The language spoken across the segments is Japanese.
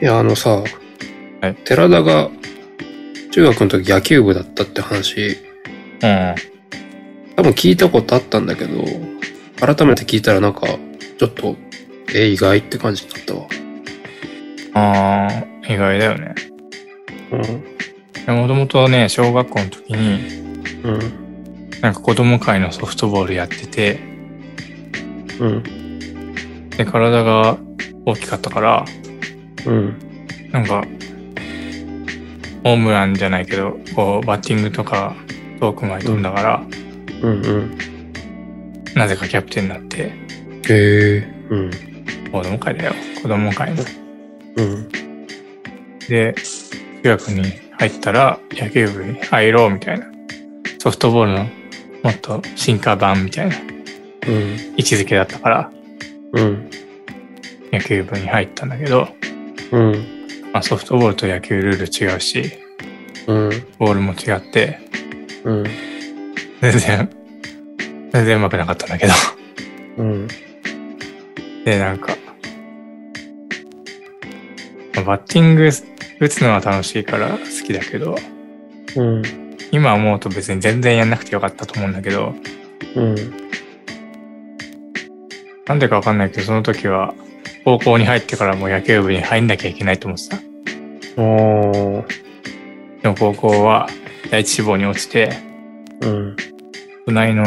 いや、あのさ、はい寺田が中学の時野球部だったって話、うん。多分聞いたことあったんだけど、改めて聞いたらなんか、ちょっと、え、意外って感じだったわ。ああ、意外だよね。うん。もともとね、小学校の時に、うん。なんか子供会のソフトボールやってて、うん。で、体が大きかったから、うん。なんか、ホームランじゃないけど、こう、バッティングとか遠くまで飛んだから、うん。うん。なぜかキャプテンになって、へえ。うん。子供会だよ。子供会の。うん。で、中学に入ったら野球部に入ろうみたいな。ソフトボールのもっと進化版みたいなうん。位置づけだったから、うん。野球部に入ったんだけど、うん。まあ、ソフトボールと野球ルール違うし、うん。ボールも違って、うん。全然、全然うまくなかったんだけど。 うん。で、なんか、まあバッティング打つのは楽しいから好きだけど、うん。今思うと別に全然やんなくてよかったと思うんだけど、うん。なんでかわかんないけど、その時は、高校に入ってからもう野球部に入んなきゃいけないと思ってた。ああ。でも高校は第一志望に落ちて、うん。隣の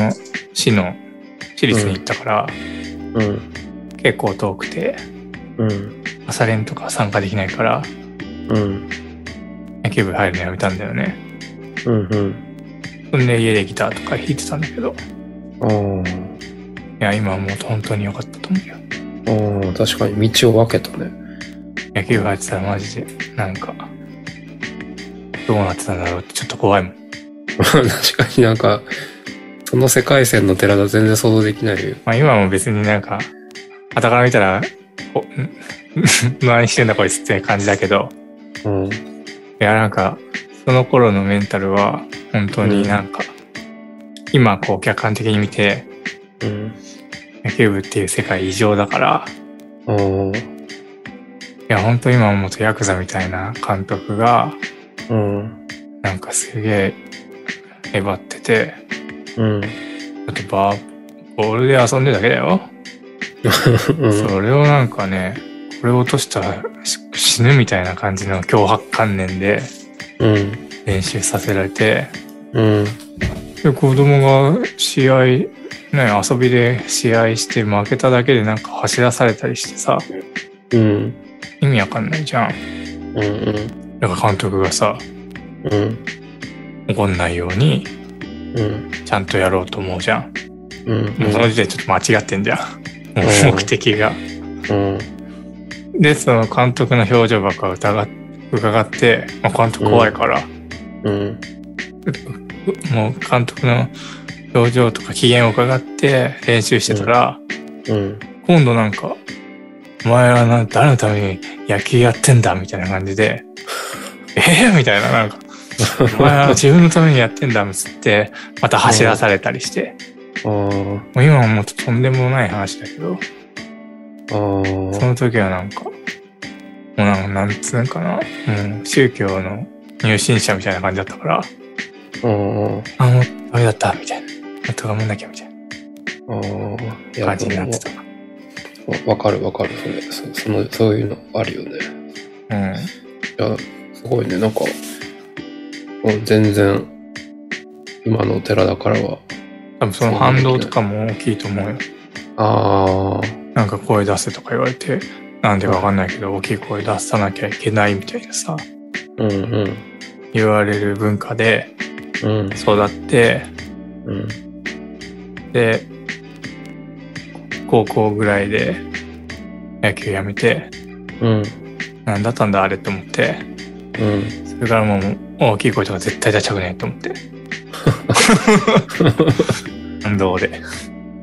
市の私立に行ったから、うん。結構遠くて、うん。朝練とか参加できないから、うん。野球部入るのやめたんだよね。うん。うん。そんで家でギターとか弾いてたんだけど、いああ。や、今はもう本当に良かったと思うよ。ああ、確かに道を分けたね。野球部入ってたらマジで、なんか、どうなってたんだろうってちょっと怖いもん。確かになんか、その世界線の寺田全然想像できないよ。まあ今も別になんか、傍から見たら、お、 ん何してんだこいつって感じだけど、うん。いやなんか、その頃のメンタルは、本当になんか、今こう客観的に見て、うん。野球部っていう世界異常だから、ああ、いや本当今思うとヤクザみたいな監督が、うん。なんかすげえ、粘ってて、うん。あとバー、ボールで遊んでるだけだよ。うん。それをなんかね、これ落としたらし死ぬみたいな感じの脅迫観念でうん。練習させられて、うん。で子供が試合、ね、遊びで試合して負けただけでなんか走らされたりしてさ、うん。意味わかんないじゃん。うん。うん。だから監督がさ、うん。怒んないようにうん。ちゃんとやろうと思うじゃん。うん。もうその時点でちょっと間違ってんじゃん。もう目的が。うん。で、その監督の表情ばっか疑っ伺って、まあ、監督怖いから、うん。もう監督の表情とか機嫌を伺って練習してたら、うん。今度なんか、お前はな誰のために野球やってんだみたいな感じで、えー、みたいな、なんか、お前は自分のためにやってんだっつって、また走らされたりして、ああ、もう今はもうとんでもない話だけど、あそあ、の時はなんか、もうなんかなんつうんかな、うん、宗教の入信者みたいな感じだったから、ああ、もうダメだった、みたいな。あと頑張んなきゃ、みたいあ、ああ、な感じになってた。わかるわかる、それ。そその、そういうのあるよね。うん。いや、すごいね、なんか、うん全然、今の寺田からは、多分その反動とかも大きいと思うよ。ああ、なんか声出せとか言われて、なんでかわかんないけど、大きい声出さなきゃいけないみたいなさ、うんうん、言われる文化でうん、育って、うん、で、高校ぐらいで野球やめて、うん、なんだったんだあれって思って、うん。それからもう大きい声とか絶対出したくねえと思って。反動で。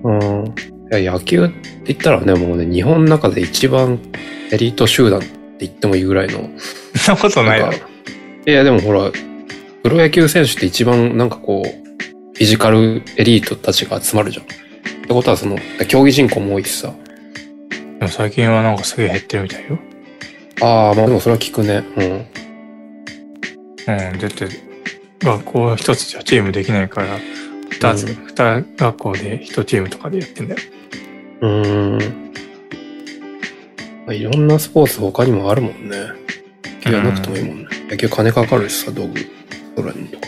うん。いや、野球って言ったらね、もうね、日本の中で一番エリート集団って言ってもいいぐらいの。そんなことないだんろか。いや、でもほら、プロ野球選手って一番なんかこう、フィジカルエリートたちが集まるじゃん。ってことはその、競技人口も多いしさ。でも最近はなんかすげえ減ってるみたいよ。ああ、まあでもそれは聞くね。うん。うん、だって学校一つじゃチームできないから二つ、う二学校で一チームとかでやってんだよ。うーん。まあ、いろんなスポーツ他にもあるもんね。野球やなくてもいいもんね。野球金かかるしさ、道具揃えるのとか。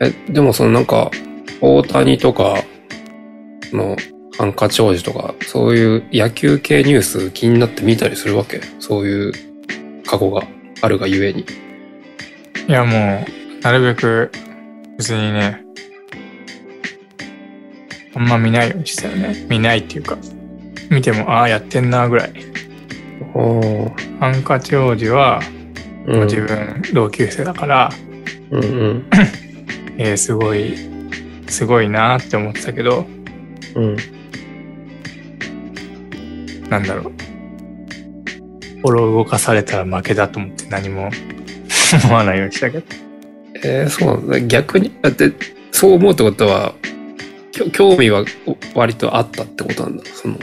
え、でもそのなんか、大谷とかのハンカチ王子とか、そういう野球系ニュース気になって見たりするわけそういう過去があるがゆえに。いやもうなるべく別にねあんま見ないようにしたよね。見ないっていうか見てもああやってんなぐらい。ああ、ハンカチ王子は、うん。自分同級生だから、うんうん。えーすごいすごいなって思ってたけどうん。なんだろう。心動かされたら負けだと思って何も思わないようにしたけど。えー、そうなんだ。逆に、だって、そう思うってことは、きょ興味はお割とあったってことなんだ。そのニ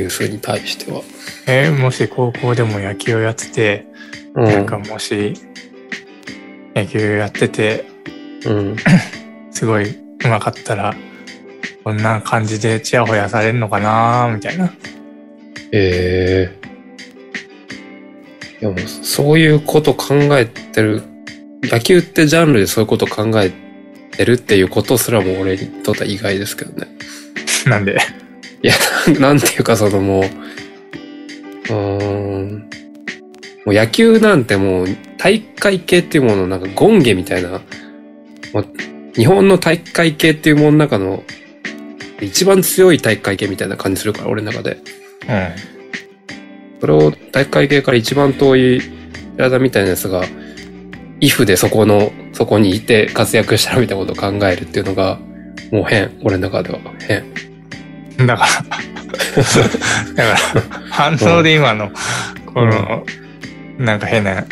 ュースに対しては。 えーもし高校でも野球をやってて、うん。なんかもし野球やってて、うん。すごい上手かったら、こんな感じでチヤホヤされるのかなみたいな。 ええでも、そういうこと考えてる、野球ってジャンルでそういうこと考えてるっていうことすらも俺にとっては意外ですけどね。なんで。いや、 なんなんていうかそのもう、うーん、もう野球なんてもう大会系っていうものなんかゴンゲみたいな、もう日本の大会系っていうものの中の一番強い大会系みたいな感じするから、俺の中で。うそれを大会系から一番遠い寺田みたいなやつが、イフでそこの、そこにいて活躍したらみたいなことを考えるっていうのが、もう変。俺の中では変。ん。だから、だから、反応で今の、この、なんか変な、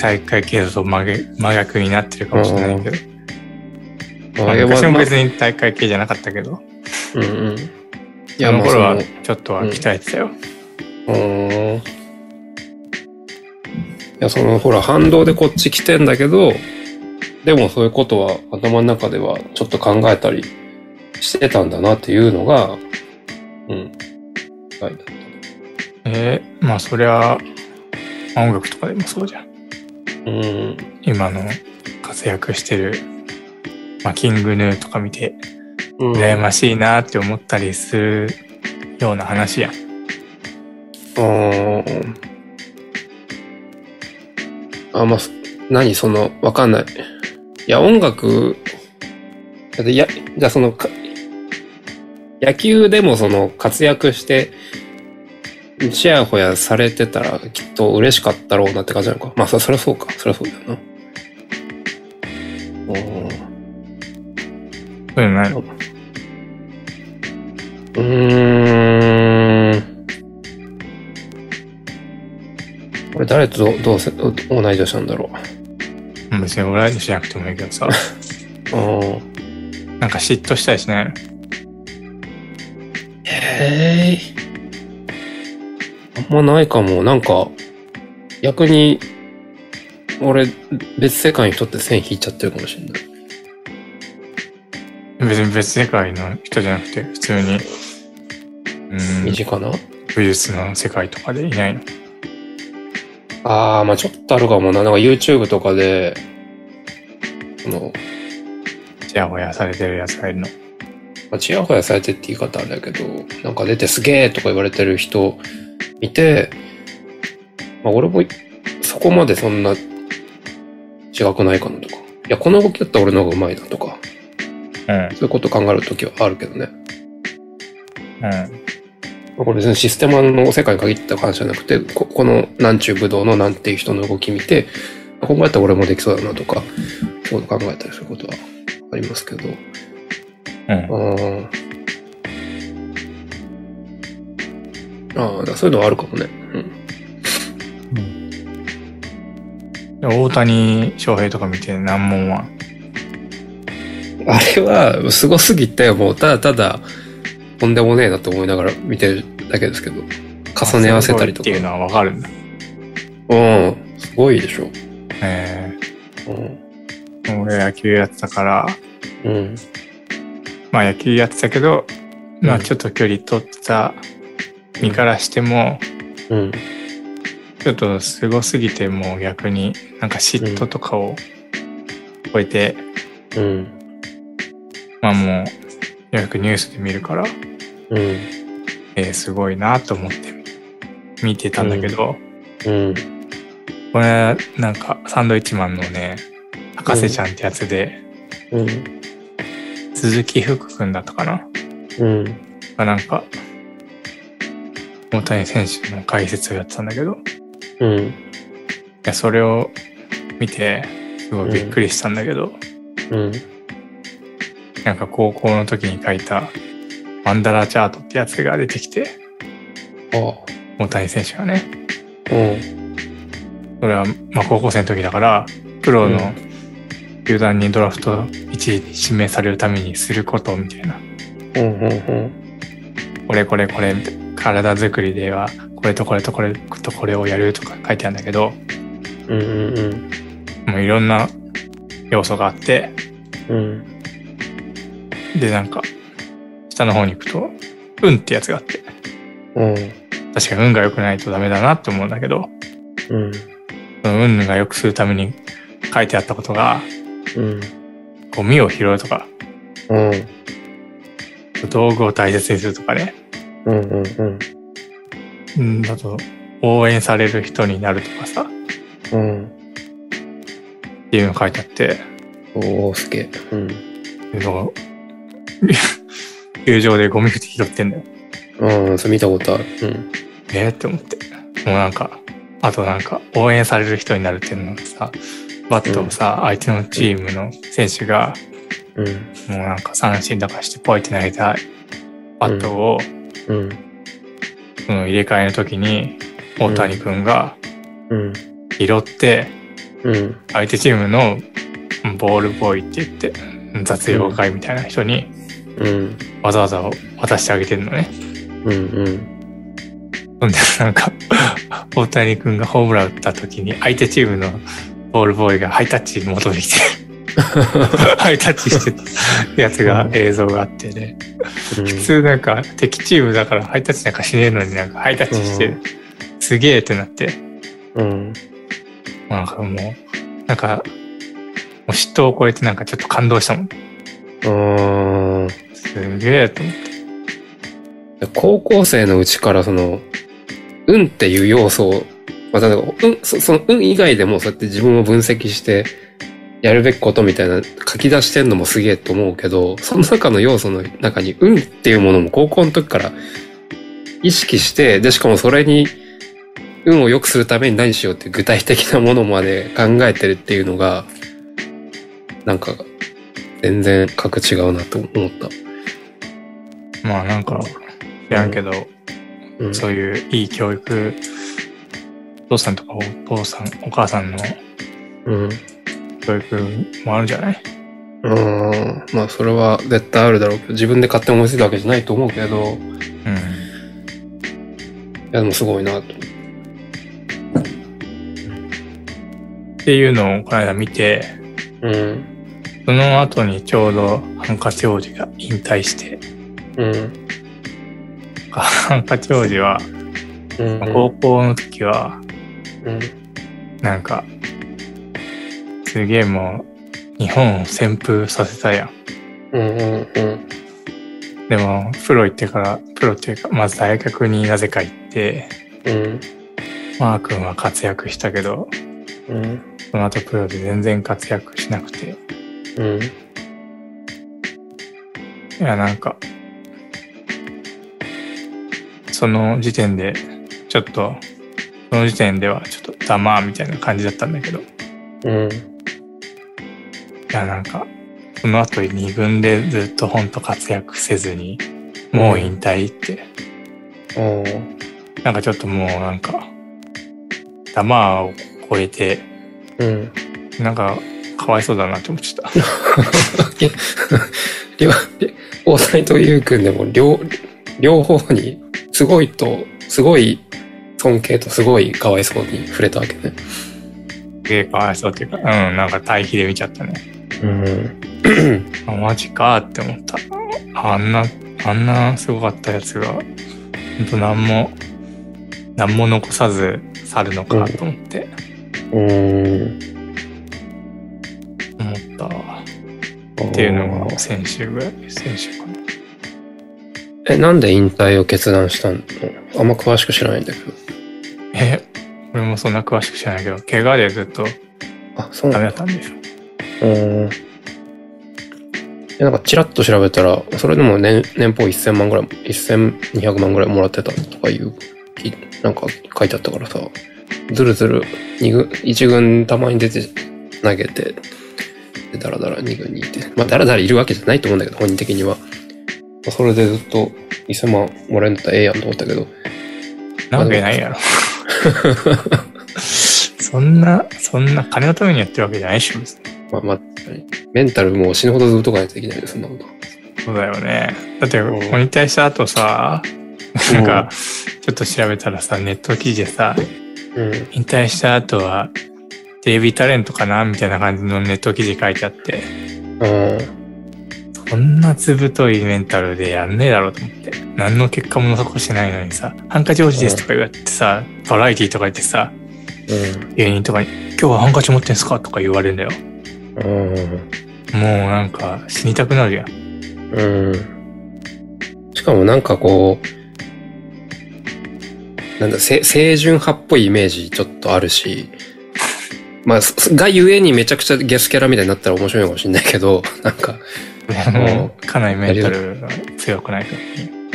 大会系だと真逆真逆になってるかもしれないけど。まあ、昔も別に大会系じゃなかったけど、うんうん。いいや、あの頃はまあちょっとは鍛えてたよ。そのうーん。いや、その、ほら、反動でこっち来てんだけど、でもそういうことは頭の中ではちょっと考えたりしてたんだなっていうのが、うん。はいえーまあそりゃ、まあ音楽とかでもそうじゃん。うん。今の活躍してる、まあ、キングヌーとか見て、うん羨ましいなって思ったりするような話やん。うーんあ、まあ、そ何その、わかんない。いや、音楽、だってや、じゃあその、か野球でもその活躍して、ちやほやされてたらきっと嬉しかったろうなって感じなのか。まあ、そ、そりゃそうか。そりゃそうだよな。うーんそういうのないのうーん。俺誰とどどうせど同い年なんだろ別に俺らにしなくてもいいけどさ、う。うん。なんか嫉妬したりしないのへえ。あんまないかも。なんか、逆に、俺、別世界の人って線引いちゃってるかもしれない。別に別世界の人じゃなくて、普通に、うん身、近な、武術の世界とかでいないの。ああ、まあちょっとあるかもな。なんか YouTube とかで、その、ちやほやされてるやつがいるの。まあ、ちやほやされてって言い方あれだけど、なんか出てすげーとか言われてる人いて、まあ、俺もそこまでそんな違くないかなとか。いや、この動きだったら俺の方がうまいなとか、うん。そういうこと考えるときはあるけどね。うまん。あこれ別にシステマの世界に限った感じじゃなくて、ここのなんちゅう武道のなんていう人の動き見て、あここやったら俺もできそうだなとか、そういうこと考えたりすることはありますけど。うん。ああ。ああ、だからそういうのはあるかもね。うん。で大谷翔平とか見て何問は。あれは、すごすぎて、もう、ただただ、とんでもねえなと思いながら見てるだけですけど、重ね合わせたりとすごいっていか。うのはわかるんだ。うん。すごいでしょ。えうん。え俺野球やってたから、うん。まあ野球やってたけど、うまあんちょっと距離取ってた身からしても、うん。ちょっとすごすぎてもう逆になんか嫉妬とかを超えて、うん。まあもうよくニュースで見るから、うん。えーすごいなと思って見てたんだけど、うん。これなんかサンドイッチマンのね博士ちゃんってやつで、うん。鈴木福君だったかなうん。がなんか大谷選手の解説をやってたんだけどいうん。やそれを見てすごいびっくりしたんだけど、うん。なんか高校の時に書いたマンダラチャートってやつが出てきてあ大谷選手がねあ。うん。それはまあ高校生の時だからプロのうん球団にドラフト1位指名されるためにすることみたいなうん。うん。これこれこれみたいな体作りではこれとこれとこれとこれをやるとか書いてあるんだけどうん。うん。うん。もういろんな要素があってうん。でなんか下の方に行くと運ってやつがあってうん。確かに運が良くないとダメだなって思うんだけどうん。その運が良くするために書いてあったことがうん。ゴミを拾うとかうん。道具を大切にするとかねうん。うん。うん。うんだと応援される人になるとかさうん。っていうの書いてあっておーすげえ。うん。でなんか 球場でゴミ拾ってんだようん。それ見たことある。うん。えーって思って。もうなんか、あとなんか、応援される人になるっていうのがさ、バットをさ、相手のチームの選手が、うん。もうなんか三振だかしてポイって投げたバットを、うん。その入れ替えの時に、大谷君がうん。拾って、うん。相手チームのボールボーイって言って、雑用会みたいな人にうん。わざわざ渡してあげてるのね。うん。うん。ほんで、なんか、 大谷君がホームラン打った時に、相手チームのボールボーイがハイタッチに戻ってき て、ハイタッチしてたやつが、映像があってね。普通なんか、敵チームだからハイタッチなんかしねえのになんかハイタッチしてうん、すげえってなって、うん。なんかもう、なんか、もう嫉妬を超えてなんかちょっと感動したもん。うん。すげえと思って。高校生のうちからその、運っていう要素を、まあ、なんか運そその運以外でもそうやって自分を分析して、やるべきことみたいな書き出してんのもすげえと思うけど、その中の要素の中に運っていうものも高校の時から意識して、で、しかもそれに運を良くするために何しようっていう具体的なものまで考えてるっていうのが、なんか、全然格違うなと思った。まあなんか、知らんけど、うん。そういういい教育、お父さんとかお父さん、お母さんのうん。教育もあるんじゃないうーん、まあそれは絶対あるだろうけど、自分で勝手に思いついたわけじゃないと思うけど、いうん。やでもすごいなと。っていうのをこの間見て、うん、その後にちょうどハンカチ王子が引退して、 うん、ハンカチ王子はうん、高校の時はうん、なんか、すげえもう日本を旋風させたやん。うん、うん、うん、でもプロ行ってから、プロっていうかまず大学になぜか行って、うん、マー君は活躍したけど、うん、その後プロで全然活躍しなくて、うん、いや、なんか、その時点で、ちょっと、その時点ではちょっとダマーみたいな感じだったんだけど、いうん、や、なんか、その後2軍でずっとほんと活躍せずに、もう引退って、おなんかちょっともうなんか、ダマーを超えて、うん。なんか、かわいそうだなって思っちゃった。両、大谷と優くんでも両、両方に、すごいとすごい尊敬とすごいかわいそうに触れたわけね。すげえかわいそうっていうか、うん、なんか対比で見ちゃったね。うん。あマジかって思った。あんな、あんなすごかったやつが、ほんと何も、何も残さず去るのかと思って、うん。思ったわっっていうのが先週ぐらい、先週かな。え、なんで引退を決断したのあんま詳しく知らないんだけど。え、俺もそんな詳しく知らないけど、怪我でずっとあ、そうダなんメだ。だったんでしょ。うん。えなんかチラッと調べたら、それでも年年俸1000万ぐらい、1200万ぐらいもらってたとかいう、きなんか書いてあったからさ、ずるずる二軍、一軍たまに出て投げて、で、だらだら二軍にいて、まあ、だらだらいるわけじゃないと思うんだけど、本人的には。まあそれでずっと1000万もらえんだったらええやんと思ったけど、なわけないやろ。そんな、そんな金のためにやってるわけじゃないでしょ。別にまあ、まあ、メンタルもう死ぬほどずっとかないとできないよ、そんなこと。そうだよね。だって、ここに対した後さ、なんか、ちょっと調べたらさ、ネット記事でさ、うん。引退した後は、テレビタレントかなみたいな感じのネット記事書いてあって、うん。こんなつぶといメンタルでやんねえだろうと思って。何の結果も残してないのにさ、ハンカチ王子ですとか言われてさ、バラエティとか言ってさ、芸人とかに、今日はハンカチ持ってんすかとか言われるんだよ。うん。うん。もうなんか死にたくなるやん。うん。しかもなんかこう、なんだ、せ清純派っぽいイメージちょっとあるし、まあ、すがゆえにめちゃくちゃゲスキャラみたいになったら面白いのかもしれないけど、 なんか、もう かなりメンタルが強くないと。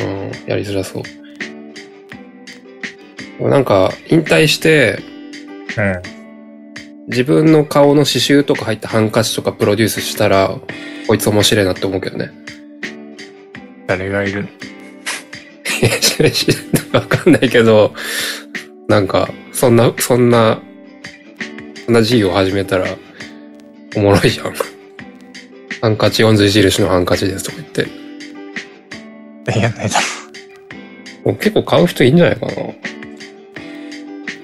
うん、やりづらそう。でもなんか、引退して、うん。自分の顔の刺繍とか入ったハンカチとかプロデュースしたら、こいつ面白いなって思うけどね。 誰がいるのいや知らん知らんわかんないけど、なんか、そんな、そんな、そんな事業を始めたら、おもろいじゃん。ハンカチ40印のハンカチですとか言って。いや、ないだろもう結構買う人いいんじゃないかな。う。い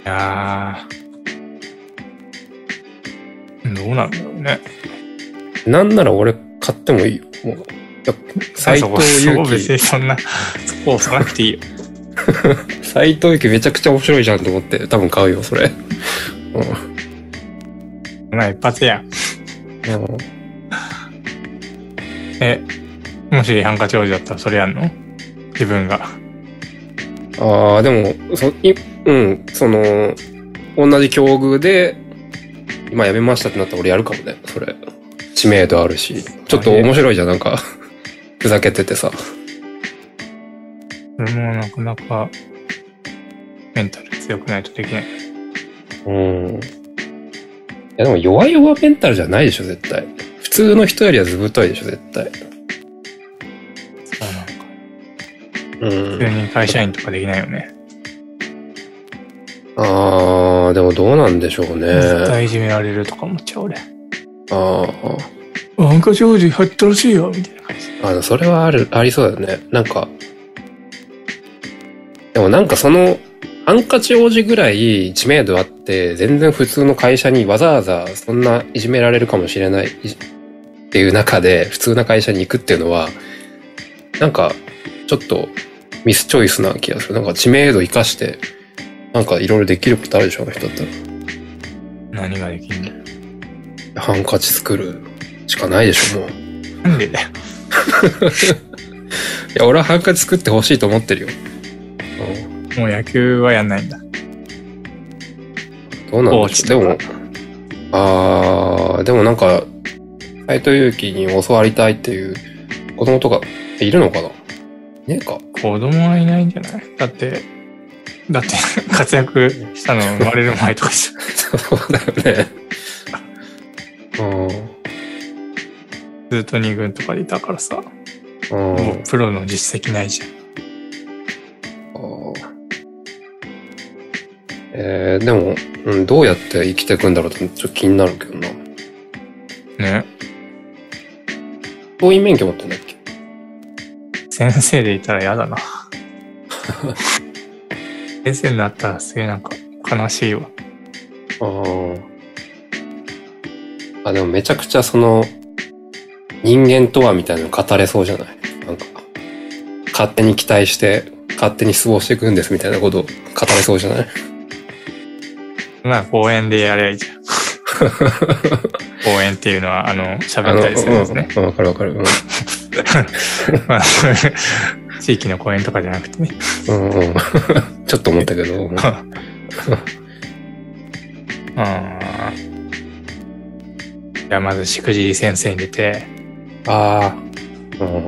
やーどうなんだろうね。なんなら俺買ってもいいよ。もういや斎そこ藤そ佑こ別樹、にそんな、そこ押さなくていいよ。斎藤佑樹めちゃくちゃ面白いじゃんと思って、多分買うよ、それ。うんまあ一発やん。うん。え、もしハンカチ王子だったらそれやんの自分が。ああ、でも、そ、い、うん、その、同じ境遇で、今やめましたってなったら俺やるかもね、それ。知名度あるし。ちょっと面白いじゃん、なんか、 ふざけててさ。それもなかなか、メンタル強くないとできない。うん。いや、でも弱々メンタルじゃないでしょ、絶対。普通の人よりはずぶといでしょ、絶対。そうなんか。う普通ん。に会社員とかできないよね。ああ、でもどうなんでしょう絶ね。対いじめられるとか思っちゃう俺。ああ。ハンカチ王子入ったらしいよみたいな感じ。あの、それはある、ありそうだよね。なんか、でもなんかその、ハンカチ王子ぐらい知名度あって、全然普通の会社にわざわざそんないじめられるかもしれないいじっていう中で、普通な会社に行くっていうのは、なんか、ちょっとミスチョイスな気がする。なんか知名度活かして、なんかいろいろできることあるでしょ、あの人だった何ができんのら。ハンカチ作るしかないでしょ、もう。いなんでだよ。や、俺はハンカチ作ってほしいと思ってるよ。うんもう野球はやんないんだ。どうなんでしょう。でもコーチ、あー、でもなんか、斎藤佑樹に教わりたいっていう子供とかっているのかなねえか。子供はいないんじゃないだって、だって活躍したの生まれる前とかじそうだよね。ゃんずっと二軍とかでいたからさ。うん。う。もうんプロの実績ないじゃん。えー、でも、うん、どうやって生きていくんだろうってちょっと気になるけどな。ね。教員免許持ってんだっけ先生でいたら嫌だな。先生になったらすげえなんか悲しいわ。ああ。あ、でもめちゃくちゃその、人間とはみたいなの語れそうじゃないなんか、勝手に期待して、勝手に失望していくんですみたいなこと語れそうじゃないまあ、公園でやりゃいいじゃん。公園っていうのは、あの、あ喋のったりするんですね。うんうんわかるわかる。うんまあ、そういう地域の公園とかじゃなくてね。うんうん、 ちょっと思ったけど。うん。じゃあ、まず、しくじり先生に出て、ああ。うん。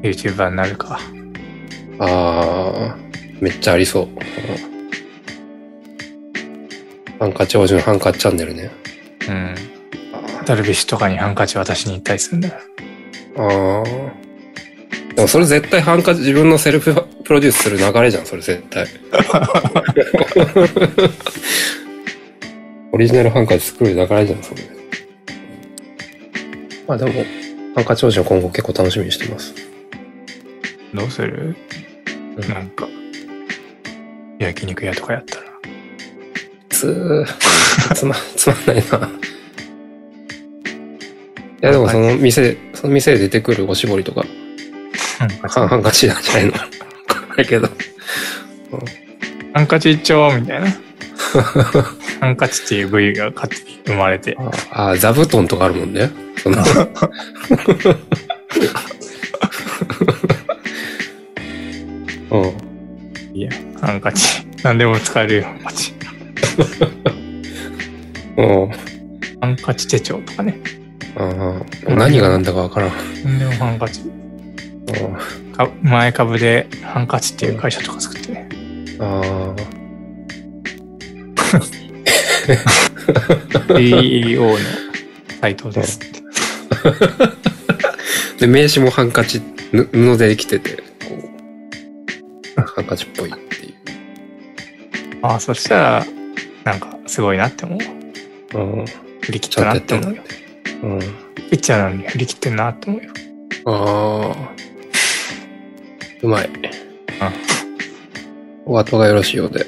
YouTuber になるか。ああ。めっちゃありそう。うんハンカチ王子のハンカチチャンネルね。うん。ダルビッシュとかにハンカチ渡しに行ったりするんだよ。ああ。でもそれ絶対ハンカチ自分のセルフプロデュースする流れじゃん、それ絶 対。オリジナルハンカチ作る流れじゃん、それ。まあでも、ハンカチ王子の今後結構楽しみにしてます。どうするなんか、焼肉屋とかやったら。つーつま、 つまんないな。いやでもその店、その店で出てくるおしぼりとか、ハンハンカチなんじゃないの わかんないけど。ハンカチ一丁み たいな。ハンカチっていう部位が勝手に生まれて。ああ、座布団とかあるもんね。その うん。いや、ハンカチ。何でも使えるよ、ハンカチ。うん。ハンカチ手帳とかね。ああ何が何だかわからん。何でもハンカチ。うんか前株でハンカチっていう会社とか作って ね。ああ。 CEO のサイトですって。で、名刺もハンカチ、ぬ布でできてて、こう、ハンカチっぽいっていう。ああ、そしたら、なんかすごいなって思う。うん。振り切っちゃたんとやっててんなっだ思っうてよ。。うん。ピッチャーなのに振り切ってんなって思うよ。ああ。うまい。あお後がよろしいようで。